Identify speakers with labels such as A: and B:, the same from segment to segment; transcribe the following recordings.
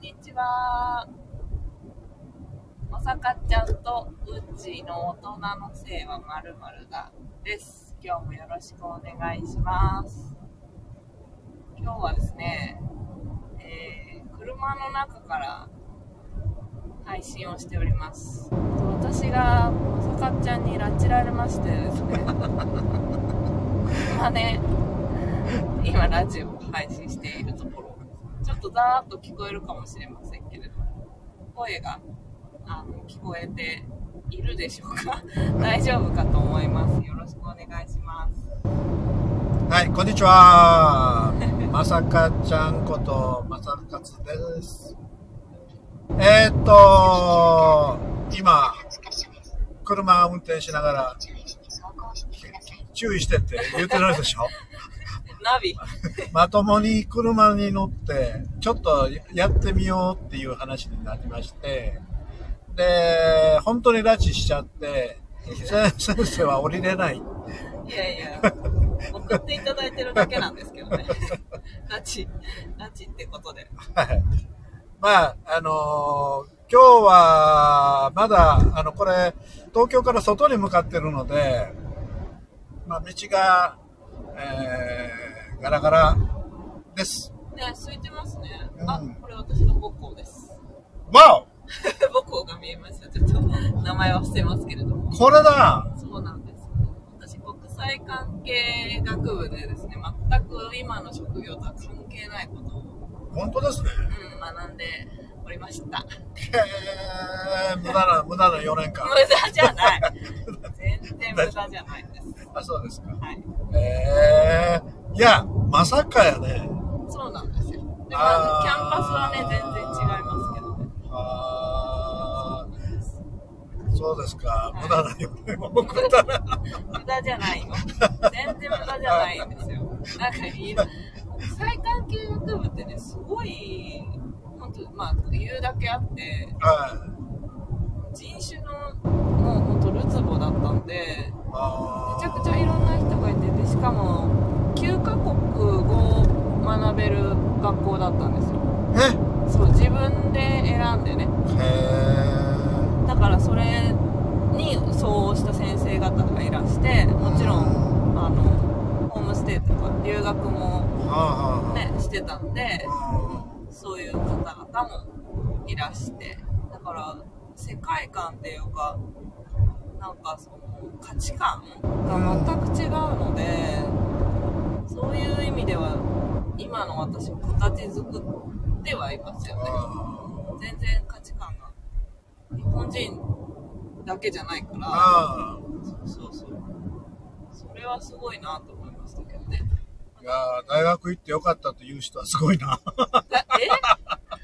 A: にちは。まさかちゃんとうちの大人のせいはまるまるだです。今日もよろしくお願いします。今日はですね、えー車の中から配信をしております。私がまさかちゃんに拉致られましてですね。車ね、今ラジオを配信しているところ。ちょっとザーッと聞こえるかもしれませんけれども、声があの聞こえているでしょうか 大丈夫かと思います。よろしくお願いします。
B: はい、こんにちは。まさかちゃんこと、まさかつです。えーっと、今、車を運転しながら、注意してって言ってないでしょ
A: ナビ、
B: まともに車に乗って、ちょっとやってみようっていう話になりまして、で、本当に拉致しちゃって、先生は降りれない。
A: いやいや、送っていただいてるだけなんですけどね。 拉致、拉致ってことで。
B: はい。まあ、あのー今日は、まだ、あの、これ、東京から外に向かってるので、まあ、道が、えー、ガラガラです。
A: ね、空いてますね。
B: うん
A: あ、これ私の母校です。
B: わ
A: 母校が見えました。ちょっと名前は伏せますけれども
B: お。これだ
A: そうなんです。私、国際関係学部でですね、全く今の職業とは関係ないことを、
B: 本当ですね。
A: うん、学んでおりました。
B: へー無駄な、無駄な4年間
A: 無。駄じゃない。全然無駄じゃないです。
B: あ、そうですか。
A: はい。
B: えー、いや、まさかやね。
A: そうなんですよ。でも、
B: あー
A: キャンパスはね、全然違いますけどね。
B: あーそうですか。無駄な4年を送ったな。
A: 無駄じゃないよ。全然無駄じゃないんですよ。なんかいい、国際関係学部ってね、すごい、本当まあ、言うだけあって、
B: はい。
A: 人種のもうほんとルツボだったんでめ
B: あ
A: ちゃくちゃいろんな人がいててしかも9カ国語を学べる学校だったんですよ
B: ーね
A: そう自分で選んでね
B: へえ
A: だからそれに相応した先生方がいらしてもちろんあのホームステイとか留学も
B: はあはあ
A: ねしてたんで
B: う
A: そういう方々もいらしてだから世界観っていうかなんかその価値観が全く違うので、そういう意味では今の私を形作ってはいますよね
B: ん
A: 全然価値観が日本人だけじゃないから
B: あ
A: そうそうそうそれはすごいなと思いましたけどね
B: あいやー大学行ってよかったという人はすごいな
A: だえ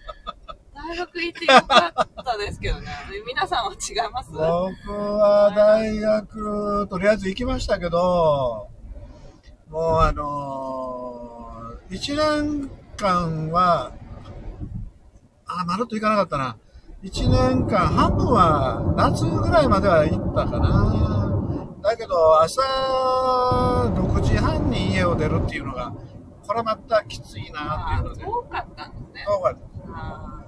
A: 大学行ってよかったですけどね。皆さんは違います
B: 僕は大学とりあえず行きましたけどもうあのー、1年間はあまるっと行かなかったな1年間半分は夏ぐらいまでは行ったかなだけど朝6時半に家を出るっていうのがこれまたきついな
A: あ
B: っていうので
A: ー多かったんですね。
B: そうか
A: あ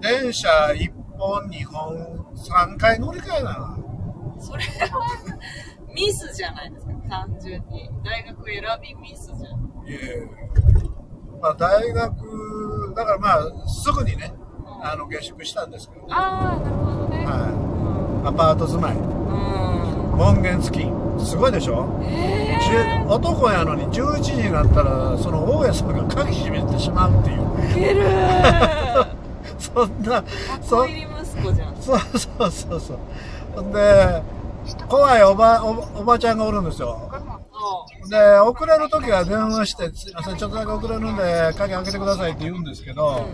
B: 電車1本2本3回乗り換えなの
A: ーそれはミスじゃないですか、単純に。大学選びミスじゃん。
B: いえいえまあ大学だからまあすぐにねあの下宿したんですけどね、
A: ああ、なるほどね。
B: はい、アパート住まい門限付きすごいでしょ
A: うん。え
B: じゅ男やのに11時になったらその大家さんが鍵閉めてしまうっていう
A: ー、いけるー
B: そんなそ
A: 箱入り息子じゃん。
B: そうそうそうそうほんで怖いおばおおばちゃんがおるんですよ
A: そ
B: で、遅れるときは電話して、すいません、ちょっとだけ遅れるんで、鍵開けてくださいって言うんですけ
A: う。う
B: ど、
A: ん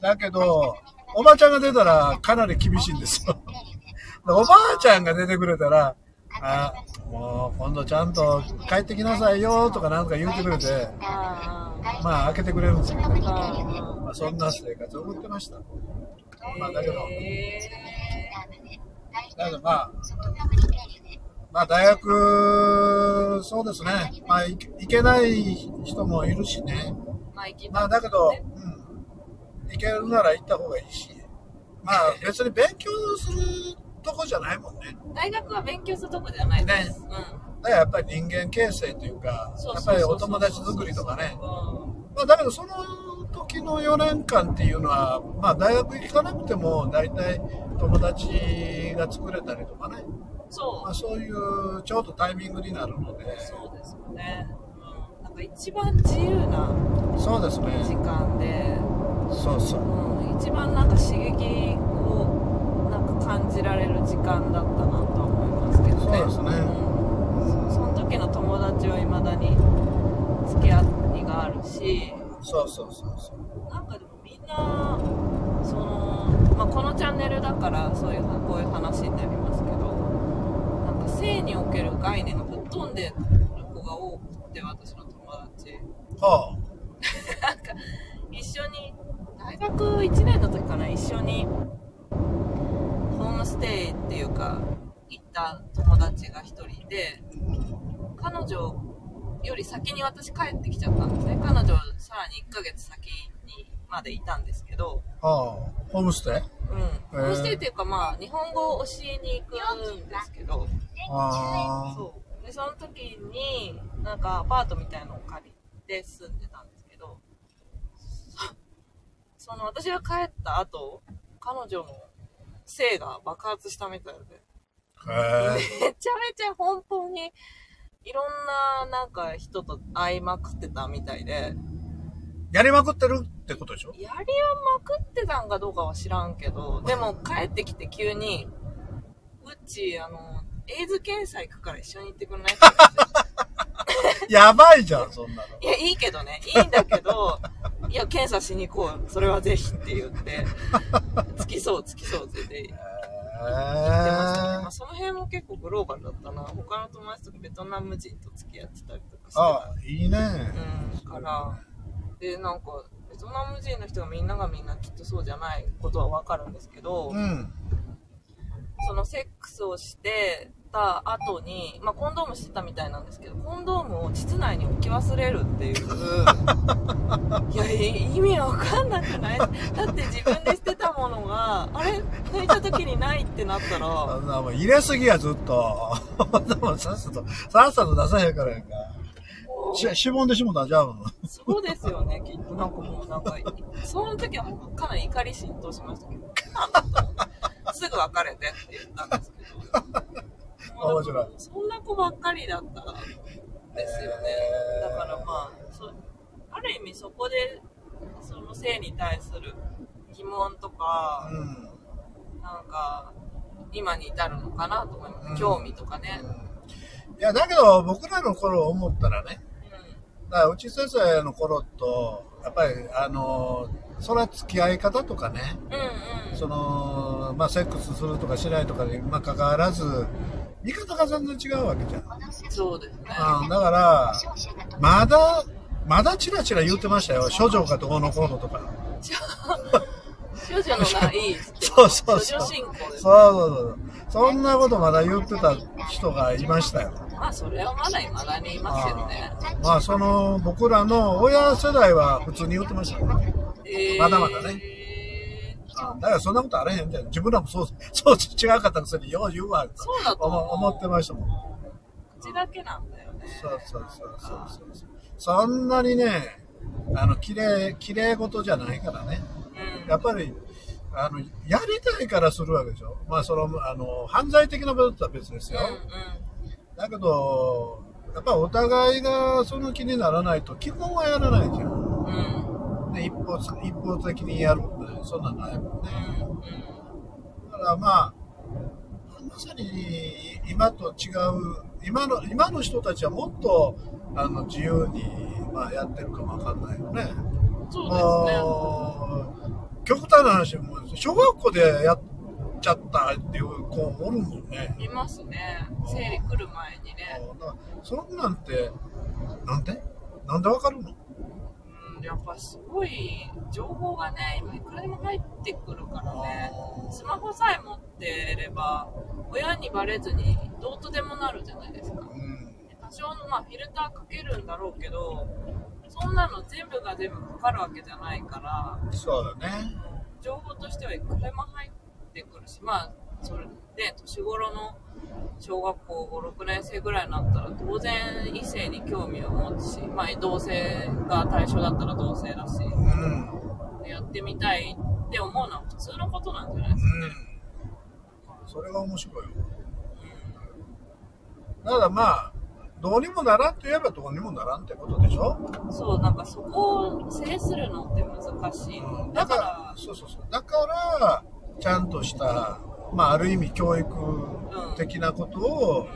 B: だけど、おばちゃんが出たらかなり厳しいんですよ。でおばあちゃんが出てくれたら、あ、もう今度ちゃんと帰ってきなさいよとかなんか言ってくれて、
A: あー
B: まあ開けてくれるんですよ。
A: あ
B: まあ、そんな生活を送ってました。
A: ー。
B: まあだけど
A: え
B: だけどまあ、まあ大学、そうですね。まあい行けない人もいるしね。
A: ーまあ、行き
B: まあだけど、うん、行けるなら行った方がいいし、まあ別に勉強するとこじゃないもんね。
A: 大学は勉強するとこじゃないです。
B: ね
A: うん。
B: だからやっぱり人間形成というか、
A: そうそうそう
B: やっ
A: そう
B: ぱりお友達作りとかね。
A: う
B: まあだけどその時の4年間っていうのは、まあ大学行かなくても大体友達が作れたりとかね。
A: ん。そ
B: まあそういうちょうどタイミングになるので
A: う。、そうですよね。うん。なんか一番自由な
B: そうです
A: 時
B: ね。
A: 間で、
B: そうそう。
A: うん、一番なんか刺激をなんか感じられる時間だったなとは思いますけどね。
B: そうですね
A: うん、その時の友達は未だに付き合いがあるし、
B: そうそうそうそう。
A: なんかでもみんなその、まあ、このチャンネルだからそういうこういう話になりますけどなんか性における概念がぶっ飛んでる子が多くて私の友達
B: は
A: 一緒に大学1年の時かな一緒にホームステイっていうか行った友達が1人で彼女より先に私帰ってきちゃったんですね彼女さらに1ヶ月先にまでいたんですけど
B: あ、はあ、ホームステイ
A: うん、ホームステイっていうかまあ日本語を教えに行くんですけど
B: ああ、
A: そうでその時になんかアパートみたいのを借りて住んでたんですけど そその私が帰った後彼女の性が爆発したみたいで
B: へえ、
A: めちゃめちゃ本当にいろんななんか人と会いまくってたみたいで
B: やりまくってるってことでしょ
A: やりはまくってたんかどうかは知らんけど、でも帰ってきて急に、うっち、あの、エイズ検査行くから一緒に行ってくんない って言わ
B: やばいじゃん、そんなの。
A: れていや、いいけどね。いいんだけど、いや、検査しに行こう。それはぜひって言って、つきそう、つきそうって言って、言ってましたね。まあ、その辺も結構グローバルだったな。他の友達とかベトナム人と付き合ってたりとかしてた
B: ああ、いいね。
A: うん、から、で、なんか、ベトナム人の人がみんながみんなきっとそうじゃないことはわかるんですけど、
B: うん。
A: そのセックスをしてた後に、まあ、コンドームしてたみたいなんですけど、コンドームを膣内に置き忘れるっていう。いや、い意味わかんなくないだって自分で捨てたものが、あれ抜いた時にないってなった
B: あ
A: ら、
B: んなもう入れすぎや、ずっと。でもさっさと、さっさと出さへんからやんか。し、しぼんでしもたんちゃうの。
A: そうですよね、きっと。なんかもう、なんか、その時はもうかなり怒り浸透しましたけど、すぐ別れてって言ったんですけど。
B: 面白い
A: そんな子ばっかりだったんですよね。
B: へー
A: だからまあ、そある意味そこで、その性に対する疑問とか、
B: うん。
A: なんか、今に至るのかなと思います。
B: うん
A: 興味とかね。
B: いや、だけど、僕らの頃思ったらね、
A: う
B: だから、うち先生の頃と、やっぱり、あの、それは付き合い方とかね、
A: ん。うんうん。
B: その、まあ、セックスするとかしないとかに、まあ、関わらず、見方が全然違うわけじゃん。
A: そうですね。
B: うん、だから、まだ、まだチラチラ言ってましたよ。処女がどうのこうのとか。
A: 少女のがいいって。
B: そうそうそう
A: 処女信仰ですね
B: そうそうそう。そんなことまだ言ってた人がいましたよ。
A: まあそれはまだ未だにいますよね。
B: まあ、その、僕らの親世代は普通に言ってましたよ。
A: えー
B: まだまだね。うんだからそんなことあらへんじゃん。自分らもそう、そう違うかったくせによう言うわ。
A: そうだと思う
B: 思思ってましたもん。
A: 口だけなんだよね。
B: そうそうそうそうそうそう。そんなにね、あの、綺麗、綺麗事じゃないからね。
A: うん。
B: やっぱり、あの、やりたいからするわけでしょ。まあ、その、あの、犯罪的なこととは別ですよ。
A: うん
B: だけど、やっぱお互いがその気にならないと、基本はやらないじ
A: う
B: ゃん。
A: ん。うん。
B: で一方、一方的にやるって、そんなのないもんね。
A: うん。
B: だからまあ、まさに今と違う、今の、今の人たちはもっと、あの、自由に、まあ、やってるかもわかんないよね。
A: うん。そうですね。
B: もう極端な話もう小学校でやっちゃったっていう子おるもんね
A: いますね。生理来る前にね。
B: だからそんなんてなんでなんでわかるの
A: うん。やっぱすごい情報がね、今いくらでも入ってくるからね。スマホさえ持ってれば、親にバレずにどうとでもなるじゃないですか。
B: うん
A: 多少のまあフィルターかけるんだろうけどそんなの全部が全部かかるわけじゃないから
B: そうだね。
A: 情報としてはいくらでも入ってくるしまあそれね年頃の小学校56年生ぐらいになったら当然異性に興味を持つし、まあ、同性が対象だったら同性だし
B: うん。
A: やってみたいって思うのは普通のことなんじゃないで
B: う
A: すかね。
B: ん。それが面白いよ。ただまあ、どうにもならんと言えばどうにもならんってことでしょ
A: そうなんかそこを制するのって難しい、だから
B: そうそうそう。だから、ちゃんとした、まあ、ある意味教育的なことを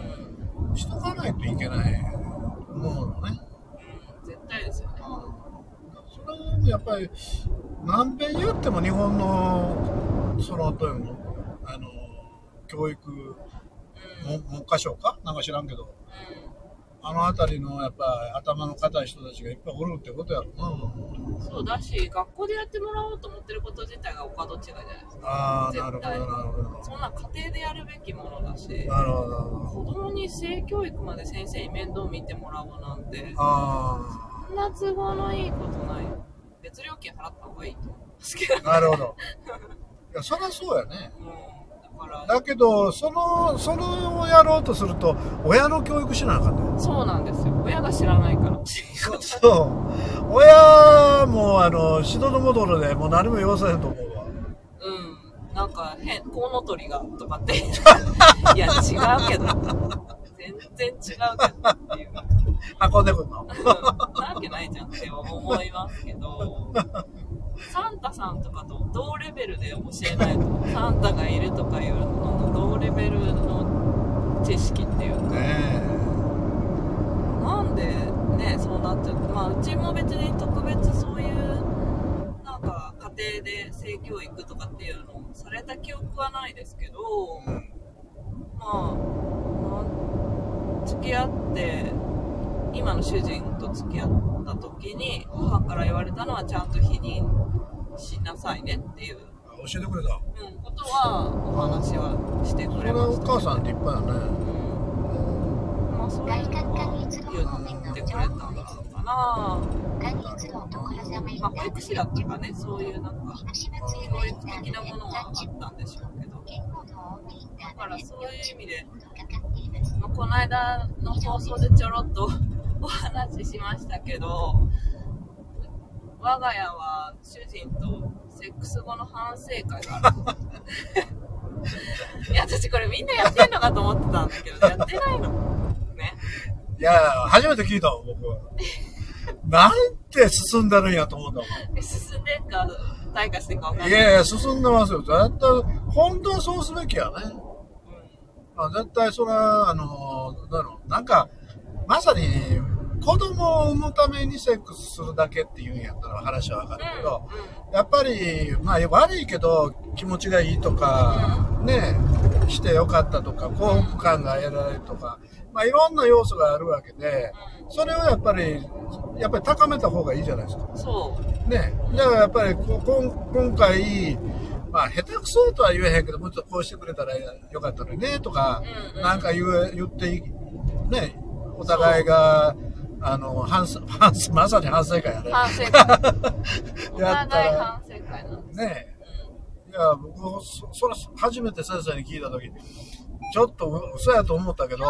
A: うん、
B: しとかないといけないと思うのね。
A: うん、絶対ですよね
B: それはやっぱり何遍言っても日本のそのというのあの教育
A: うん、うん
B: 文文科省かなんか知らんけどあの辺りのやっぱ頭の固い人たちがいっぱいおるってことやろな
A: そうだし学校でやってもらおうと思ってること自体がお門違いじゃないですか
B: ああな
A: 絶
B: るほどな
A: 対
B: るほど
A: そんな家庭でやるべきものだし
B: なるほど
A: 子供に性教育まで先生に面倒見てもらおうなんて
B: あ
A: そんな都合のいいことない別料金払った方がいいと思うんですけど
B: あなるほどいやそりゃそうやね
A: うんだから
B: だけどそのそれをやろうとすると親の教育しなあかんね
A: そうなんですよ親が知らないから
B: そうそう親もあの指導の戻るでもう何も言わせへんと思うわ
A: うん、なんか変、コウノトリがとかって。いや、違うけど。全然違うけどっていう。
B: 運んでくんの
A: うんなわけないじゃんって思いますけど。サンタさんとかと同レベルで教えないと。サンタがいるとかいうのの同レベルの知識っていうか。
B: ね
A: なんでね、そうなっちゃう。まあ、うちも別に特別そういう、なんか家庭で性教育とかっていうのをされた記憶はないですけど、
B: え、
A: まあ、付き合って、今の主人と付き合った時に、母から言われたのは、ちゃんと否認しなさいねっていう、
B: 教えてくれた
A: うん、ことは、お話はしてく
B: そ
A: れ
B: れ
A: ま
B: は
A: し
B: お
A: た。
B: 母さん立派だ
A: う
B: ね
A: んまあ、そういうのは言ってくれたのかな。まあ、保育士だとかね、そういうなんか、教育的なものはあったんでしょうけど、だからそういう意味で、まあこの間の放送でちょろっと お話ししましたけど、我が家は主人とセックス後の反省会があ る。いや、私これみんなやってんのかと思ってたんだけど、やってないの。ね。
B: いや初めて聞いたわ僕なんて進んでるんやと思ったわ
A: で進んでんか、退化してんかわかんないい。
B: やいや進んでますよ絶対本当はそうすべきやねあ絶対それはあのなんだろうなんかまさに子供を産むためにセックスするだけっていうんやったら話は分かるけど、
A: うんうん
B: やっぱり、まあ、悪いけど気持ちがいいとか、ね、してよかったとか幸福感が得られるとか、まあ、いろんな要素があるわけでそれをやっぱりやっぱり高めた方がいいじゃないですか。
A: うんそう。
B: ね、だからやっぱりここん今回、まあ、下手くそとは言えへんけどもうちょっとこうしてくれたらよかったのにねとか、
A: うんうん
B: なんか言う言ってい、ね、お互いがあの反省 反省まさに反省会 やね。
A: 反省会。お
B: やった
A: 互い
B: ら
A: 反省会なんです。
B: ねいや、僕もそ、それ初めて先生に聞いたとき、ちょっとう嘘やと思ったけど、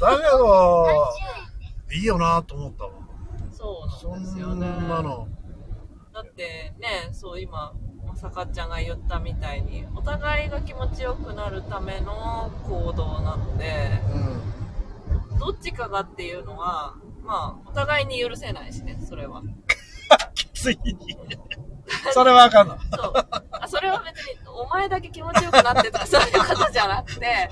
B: だけ ど、いいよなと思ったわ。
A: そう
B: そ
A: なん
B: ん
A: ですよね。
B: なの。
A: だってね、そう今、まさかちゃんが言ったみたいに、お互いが気持ちよくなるための行動なので、
B: うん。
A: どっちかがっていうのは、まあ、お互いに許せないしね、それは。
B: ついに。それはあかんの。
A: そう。あそれは別に、お前だけ気持ちよくなってとか、そういうことじゃなくて、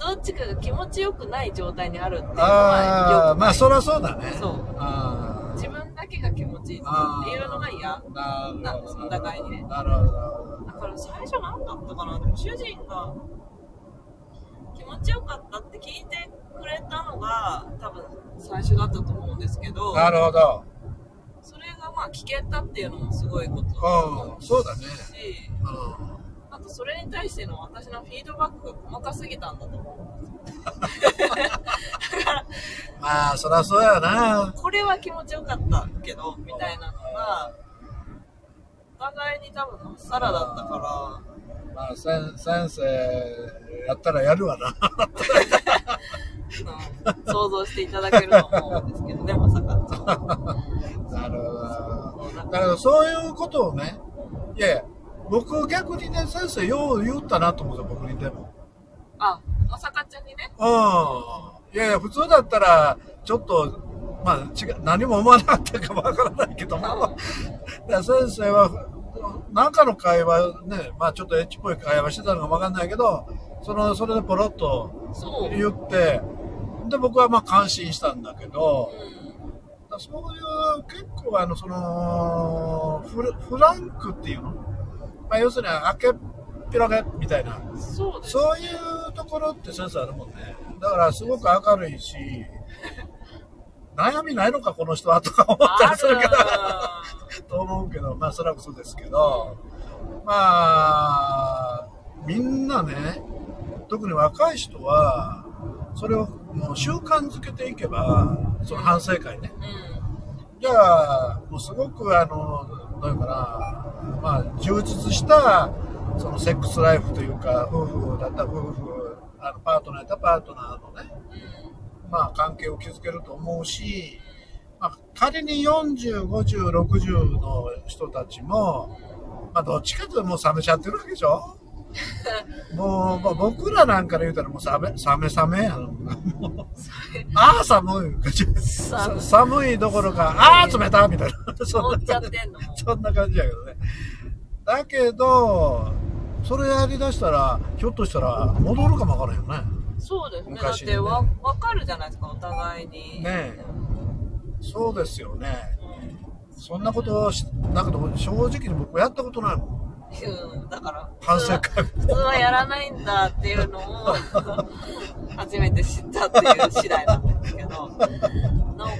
A: どっちかが気持ちよくない状態にあるっていうのは
B: ああ、
A: よく
B: ま
A: な
B: あ、
A: い。
B: そりゃそうだね。
A: そう。
B: あ
A: 自分だけが気持ちいいって
B: あ。
A: いうのが嫌。
B: なる
A: なんで
B: ほど。
A: すお互いにね
B: なるほど。なるほど
A: だから最初何だったかなでも主人が気持ちよかったって聞いてくれたのが多分最初だったと思うんですけど
B: なるほど。
A: それがまあ聞けたっていうのもすごいことだと思
B: うん、そうだね。
A: うし
B: うん。
A: あとそれに対しての私のフィードバックが細かすぎたんだと思う
B: まあ、そりゃそうやな。
A: これは気持ちよかったけどみたいなのがお互いに多分まっさらだったか
B: まあ、先先生やったらやるわな。
A: ら、うん想像していただけると思うんですけどねまさか ちゃん
B: なるほど。だからそういうことをね、いやいや、僕逆にね、先生よう言ったなと思って、僕にでも。
A: あまさかちゃんにね
B: うん。いやいや、普通だったら、ちょっと、まあ、違う、何も思わなかったかわからないけども、だから先生は、なんかの会話ね、まあちょっとエッチっぽい会話してたのかわかんないけど、その、それでポロッと
A: そう、うん、
B: 言って、で、僕はまあ感心したんだけど、だからそういう結構あのそのフラフランクっていうの、まあ、要するに開けっぴらげみたいな
A: そうです
B: そういうところってセンスあるもんねだからすごく明るいし悩みないのかこの人はとか思ったりするから
A: ある
B: と思うけどまあそれは嘘ですけどまあみんなね特に若い人はそれをもう習慣づけていけばその反省会ね
A: う
B: じゃあ、もうすごく、あの、どういうかな、まあ、充実した、そのセックスライフというか、夫婦だったら夫婦、あのパートナーだったらパートナーのね、
A: んうん
B: まあ、関係を築けると思うし、まあ、仮に40、50、60の人たちも、まあ、どっちかというともう冷めちゃってるわけでし ょもう、まあ、僕らなんかで言うたらもう冷め、冷め冷めや の。ああ、寒い。
A: 寒い
B: 寒いどころか、ああー、冷たみたいな。そ
A: 思
B: ん
A: っち
B: な
A: ゃってんのも
B: そんな感じやけどね。だけど、それやりだしたら、ひょっとしたら戻るかもわからんよね。
A: そうですねだっ
B: 昔にね
A: てわ分かるじゃないですかお互いに
B: ねえそうですよね。
A: う
B: そんなことをし、なんかでも正直に僕やったことないもん。
A: んうんだから
B: 反省会
A: 普通はやらないんだっていうのを初めて知ったっていう次第なんですけどなん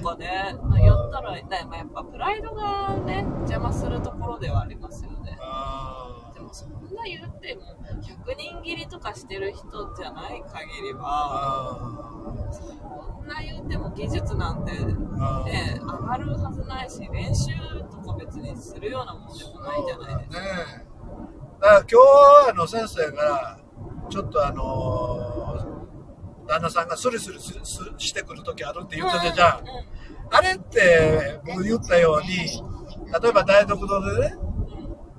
A: かねやったら、ねまあ、やっぱプライドがね邪魔するところではありますよね
B: あ
A: でもそんな言っても100人切りとかしてる人じゃない限り
B: あ
A: は
B: あ
A: そんな言っても技術なんて
B: ああ
A: ね上がるはずないし練習とか別にするようなもんでもないじゃないですか
B: ねだから今日はあの先生がちょっとあのー旦那さんがスリスリするするしてくる時あるって言ってたじゃん、あれって僕言ったように例えば台所でね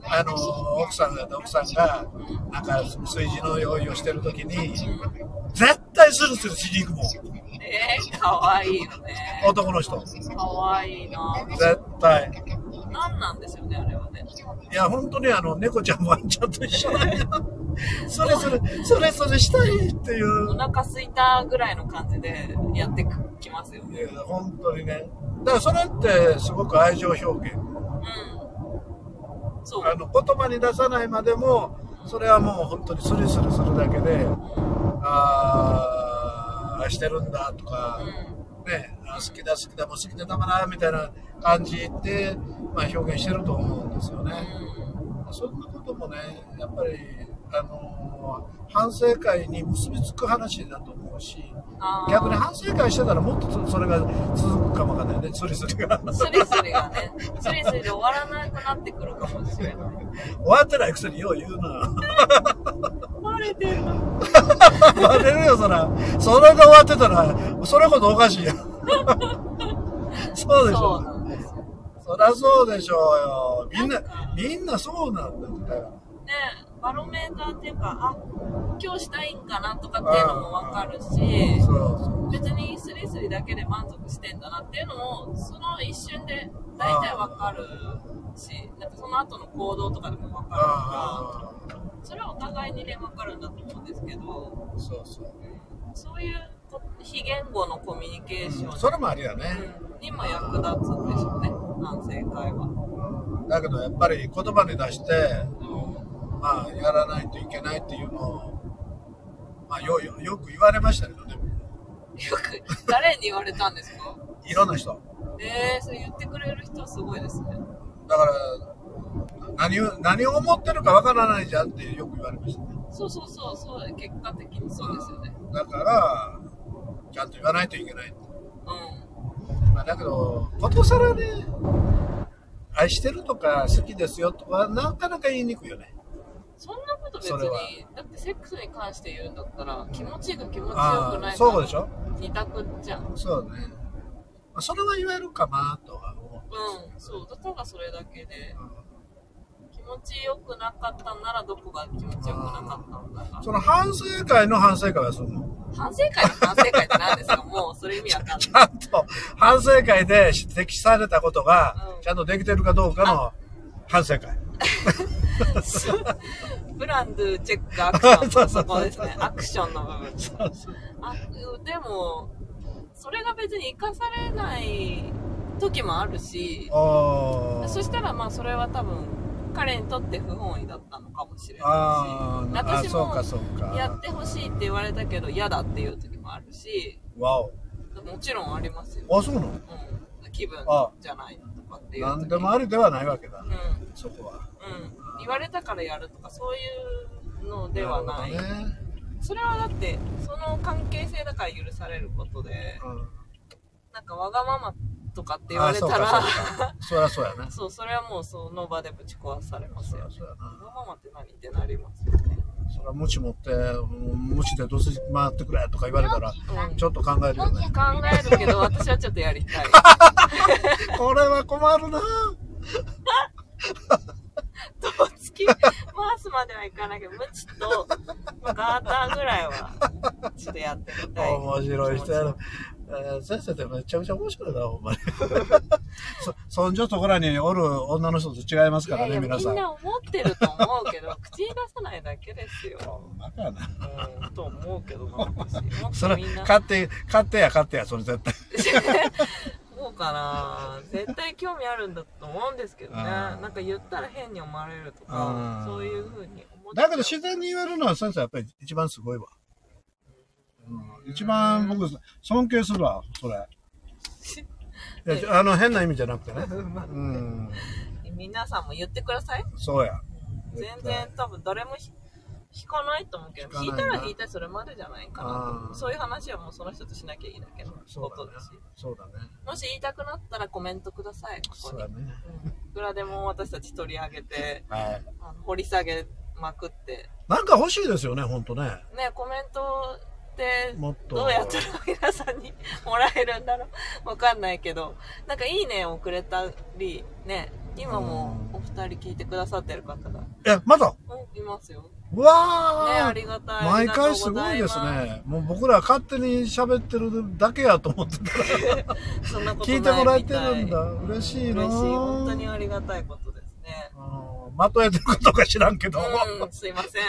B: あのー奥さんが奥さんがなんか炊事の用意をしてる時に絶対スルスルしに行くもん
A: えー、かわいいよね
B: 男の人
A: かわいいな
B: 絶対
A: 何なんでしょうねあれはね
B: いや、本当にあの、猫ちゃんワンちゃんと一緒だよ。それそれ、それそれしたいってい
A: お
B: う。
A: 腹すいたぐらいの感じでやってきますよ
B: い
A: ね
B: や、本当にね。だからそれってすごく愛情表現。
A: うんそう
B: あの、言葉に出さないまでも、それはもう本当にスリスリするだけで、あー愛してるんだとか
A: う、ん
B: ね、あ好きだ好きだ、もう好きでたまらんみたいな感じって、まあ表現してると思うんですよね。そんなこともね、やっぱり、あのー反省会に結びつく話だと思うし、
A: あー
B: 逆に反省会してたらもっとそそれが続くかもわかんないね、それそれが。終
A: スリスリがねスリスリで終わらなくなってくるかもしれない
B: わってないくせによう言うな。
A: バレてるの
B: バレるよ、そら。それで終わってたら、それこそおかしいやん。 そうでし
A: そう
B: ょ。
A: なんですよ
B: そりゃそうでしょうよ。みんな
A: なんか、
B: みんなそうなんだよ。
A: ねバロメーターっていうかあ今日したいんかなとかっていうのも分かるし
B: そうそう。
A: 別にスリスリだけで満足してんだなっていうのもその一瞬で大体分かるしなんかその後の行動とかでも分かるか
B: あ
A: らそれはお互いにね分かるんだと思うんですけど
B: あ、そうそう。
A: そういうこ非言語のコミュニケーション
B: それもありだね。
A: うんにも役立つんでしょうね反省会は。
B: だけどやっぱり言葉に出して、
A: うん
B: まあ、やらないといけないっていうのを、まあ、よよよく言われましたけどね、
A: よく誰に言われたんですか
B: いろんな人。
A: えー、それ言ってくれる人すごいですね。
B: だから、何を何を思ってるかわからないじゃんってよく言われましたね。
A: そうそうそう、そう結果的にそうですよね。
B: だから、ちゃんと言わないといけな
A: う
B: い。
A: ん。うん
B: まあ、だけど、ことさらね、愛してるとか好きですよとか、なかなか言いにくいよね。
A: そんなこと別
B: それは
A: にだってセックスに関して言うんだったら気持ちいいか気持ちよく
B: あ
A: な
B: あ、
A: い
B: そうでし
A: か
B: ょ
A: 二択じゃんうん
B: そうだね。まあ、それは言えるかなとは思
A: そうだただそれだけで
B: う。
A: 気持ちよくなかったんならどこが気持ちよくなかったんだか
B: その反省会の反省会はするの
A: 反省会の反省会って何ですかもうそれ意味わかんない
B: ちゃんと反省会で指摘されたことが
A: うん
B: ちゃんとできてるかどうかの反省会。
A: プランドゥチェックアクション
B: そうそうそう
A: そこです ねアクションの部分
B: そうそう
A: あでもそれが別に生かされない時もあるし
B: あー
A: そしたらまあそれは多分彼にとって不本意だったのかもしれ
B: あ
A: な
B: ーあ
A: いし私
B: そう
A: も
B: かそうか。
A: やってほしいって言われたけど嫌だっていう時もあるし
B: わお。
A: もちろんありますよ、
B: あ、そうなの
A: うん、気分
B: あ
A: じゃないとかっていう時
B: なんでもありではないわけだ
A: う。ん
B: そこは。
A: うん、言われたからやるとかそういうのではない
B: るほどね
A: それはだってその関係性だから許されることで
B: うん
A: なんかわがままとかって言われた
B: あ
A: ら
B: そうかそうかそりゃそうやな。
A: そうそれはもうその場でぶち壊されます
B: そり
A: よ
B: ゃ
A: ね
B: そうや
A: わ
B: な。
A: がままって何ってなりますよね
B: そりゃ無知持って、無知でどうせ回ってくれとか言われたら、
A: うん
B: ちょっと考えるよね。
A: 考えるけど私はちょっとやりたい
B: これは困るな。
A: とっつき回すまではいかないけどムチとガーターぐらいはちょっとやってみたい
B: 面白い人や
A: 気持
B: ろ。えー先生ってめちゃめちゃ面白いな、ほんまに。 そ、そんじょそこらにおる女の人と違います
A: ち
B: から
A: い
B: ね、
A: やいや
B: 皆
A: み
B: さ
A: ん
B: ん。
A: な思ってると思うけど口に出さないだけですよ
B: ほんまかやな。
A: うんと思うけどな私もっ
B: そ
A: と
B: れ
A: みん、な
B: 勝手、勝手や、勝手や、それ絶対。
A: そうかな絶対興味あるんだと思うんですけどね
B: あー
A: なんか言ったら変に思われると
B: あ
A: か
B: ー
A: そういうふうに思っちゃ
B: だ
A: う
B: けど自然に言えるのは先生やっぱり一番すごいわ。うん、一番僕尊敬するわ、それ。いやちょあの変な意味じゃなくてね。うん、
A: 皆さんも言ってください
B: そうや。
A: 全然多分誰もひ引かないと思うけど
B: 引
A: 引い
B: かないな
A: たら引いたらそれまでじゃないかなと
B: あ
A: 思
B: ー
A: うそういう話はもうその人としなきゃいいだけの
B: そう
A: こと
B: だね
A: だし。
B: そうだね。
A: もし言いたくなったらコメントくださいここ
B: そう
A: に、
B: だ
A: うん、い
B: ね。
A: くらでも私たち取り上げて
B: はい。
A: あの掘り下げまくって
B: なんか欲しいですよね、ほんとね。
A: ねコメントって
B: もっと。
A: どうやったら皆さんにもらえるんだろう わかんないけどなんか「いいね」をくれたりね今もお二人聞いてくださってる方が
B: え、まだ
A: うんいますよね
B: う
A: あ
B: わー
A: りがたい
B: 毎回すごいです
A: ありがとうござい
B: ね。もう僕ら勝手に喋ってるだけやと思ってた。
A: ますそんなこと
B: 聞いてもらえて
A: ない
B: るん
A: みた
B: だ
A: い。
B: 嬉しいな。
A: 嬉しい本当にありがたいことですね
B: うんまとえてることか知らんけど、
A: うんすい ません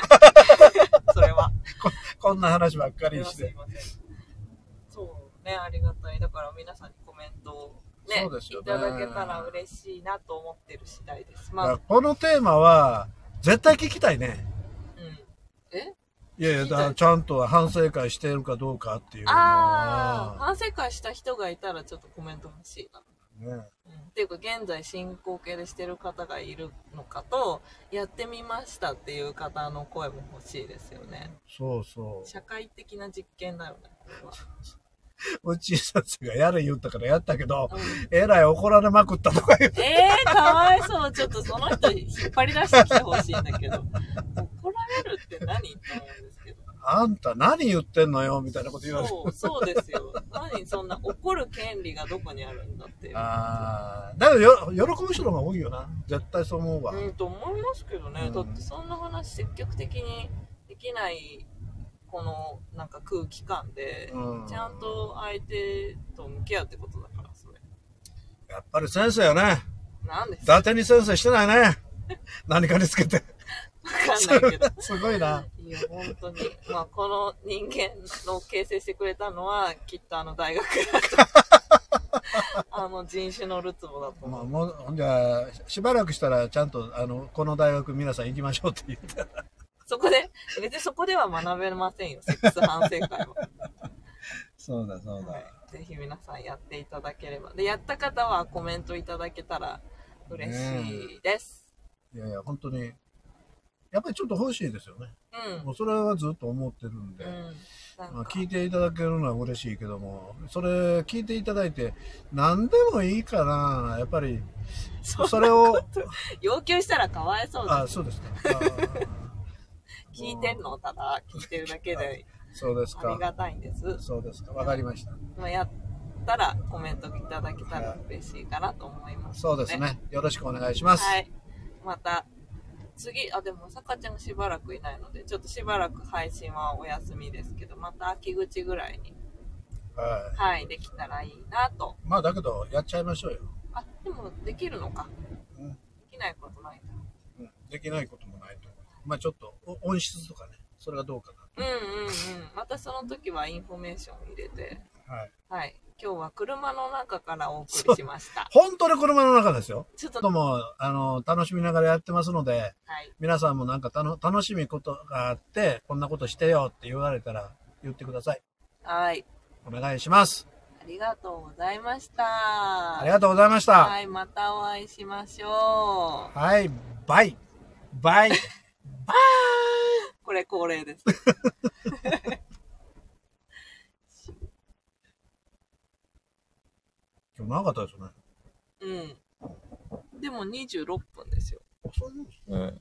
A: それは
B: ここんな話ばっか
A: それ
B: り
A: は
B: し
A: すい
B: て。
A: ませんそうねありがたいだから皆さんにコメントをね
B: そうですよ
A: い
B: ね
A: ただけたら嬉しいなと思ってる次第です
B: だか
A: ま
B: ら
A: あ
B: このテーマは、絶対聞きたいね。
A: うんえ
B: いやいや、だからちゃんと反省会してるかどうかっていうの
A: ああ、
B: は、
A: 反省会した人がいたらちょっとコメント欲しいな。
B: ね、
A: うん、っていうか、現在進行形でしてる方がいるのかと、やってみましたっていう方の声も欲しいですよね。
B: そうそ
A: 社会的な実験だよね。こ れは
B: う。うちさつがやれ言ったからやったけど、
A: うん
B: えらい怒られまくったとか言う。
A: えー、かわいそう。ちょっとその人引っ張り出してきてほしいんだけど。怒られるって何って思うんですけど。
B: あんた何言ってんのよみたいなこと言われて。
A: そう、そうですよ。何そんな怒る権利がどこにあるんだっていう。
B: ああ、だけどよ、喜ぶ人の方が多いよな。絶対そう思うわ。
A: うん、と思いますけどね、
B: うん
A: だってそんな話積極的にできないこのなんか空気感で、
B: うん
A: ちゃんと相手と向き合うってことだからそれ
B: やっぱり先生よね。
A: なんです
B: 伊
A: か
B: 達に先生してない ね。何かにつけて。
A: 分かんないけど
B: すごいな。
A: いや本当にまあこの人間の形成してくれたのはきっとあの大学 だとあの人種のるつぼだと
B: まあ、
A: 思う
B: もうほんじゃあししばらくしたらちゃんとあのこの大学皆さん行きましょうって言って
A: そこで別にそこでは学べませんよセックス反省会は
B: そうだそう
A: はい、ぜひ皆さんやっていただければでやった方はコメントいただけたら嬉しいです、
B: いやいや本当にやっぱりちょっと欲しいですよね
A: うん
B: もうそれはずっと思ってるんで、
A: うんなん
B: まあ
A: か
B: 聞いていただけるのは嬉しいけどもそれ聞いていただいて何でもいいかなやっぱり
A: そんな
B: それを
A: 要求したらかわいそうだ
B: あそうですかあー
A: 聞いてんのただ聞いてるだけで
B: そうです
A: あり
B: か
A: がたいんです
B: そうですかわかりました
A: まあやったらコメントいただけたら嬉しいかなと思います
B: そうですねよろしくお願いします、
A: はいまた次あでもさかちゃんがしばらくいないのでちょっとしばらく配信はお休みですけどまた秋口ぐらいに
B: はい
A: はいできたらいいなと
B: まあだけどやっちゃいましょうよ、
A: あでもできるのか
B: うん
A: できないことないな
B: うん、できないこともないと思うまあちょっとお音質とかねそれがどうか
A: うんうんうんまたその時はインフォメーションを入れて
B: なはい
A: はい今日は車の中からお送りしました
B: 本当に車の中ですよ
A: ちょっ
B: ち
A: と
B: ょっともうあの楽しみながらやってますので
A: はい
B: 皆さんもなんかたの楽しみことがあってこんなことしてよって言われたら言ってください
A: はい
B: お願いします
A: ありがとうございました
B: ありがとうございました
A: はいまたお会いしましょ
B: はいバイバイ
A: うこれ恒例です
B: 今日長かったですね
A: うんでも26分ですよ
B: あそうなんですね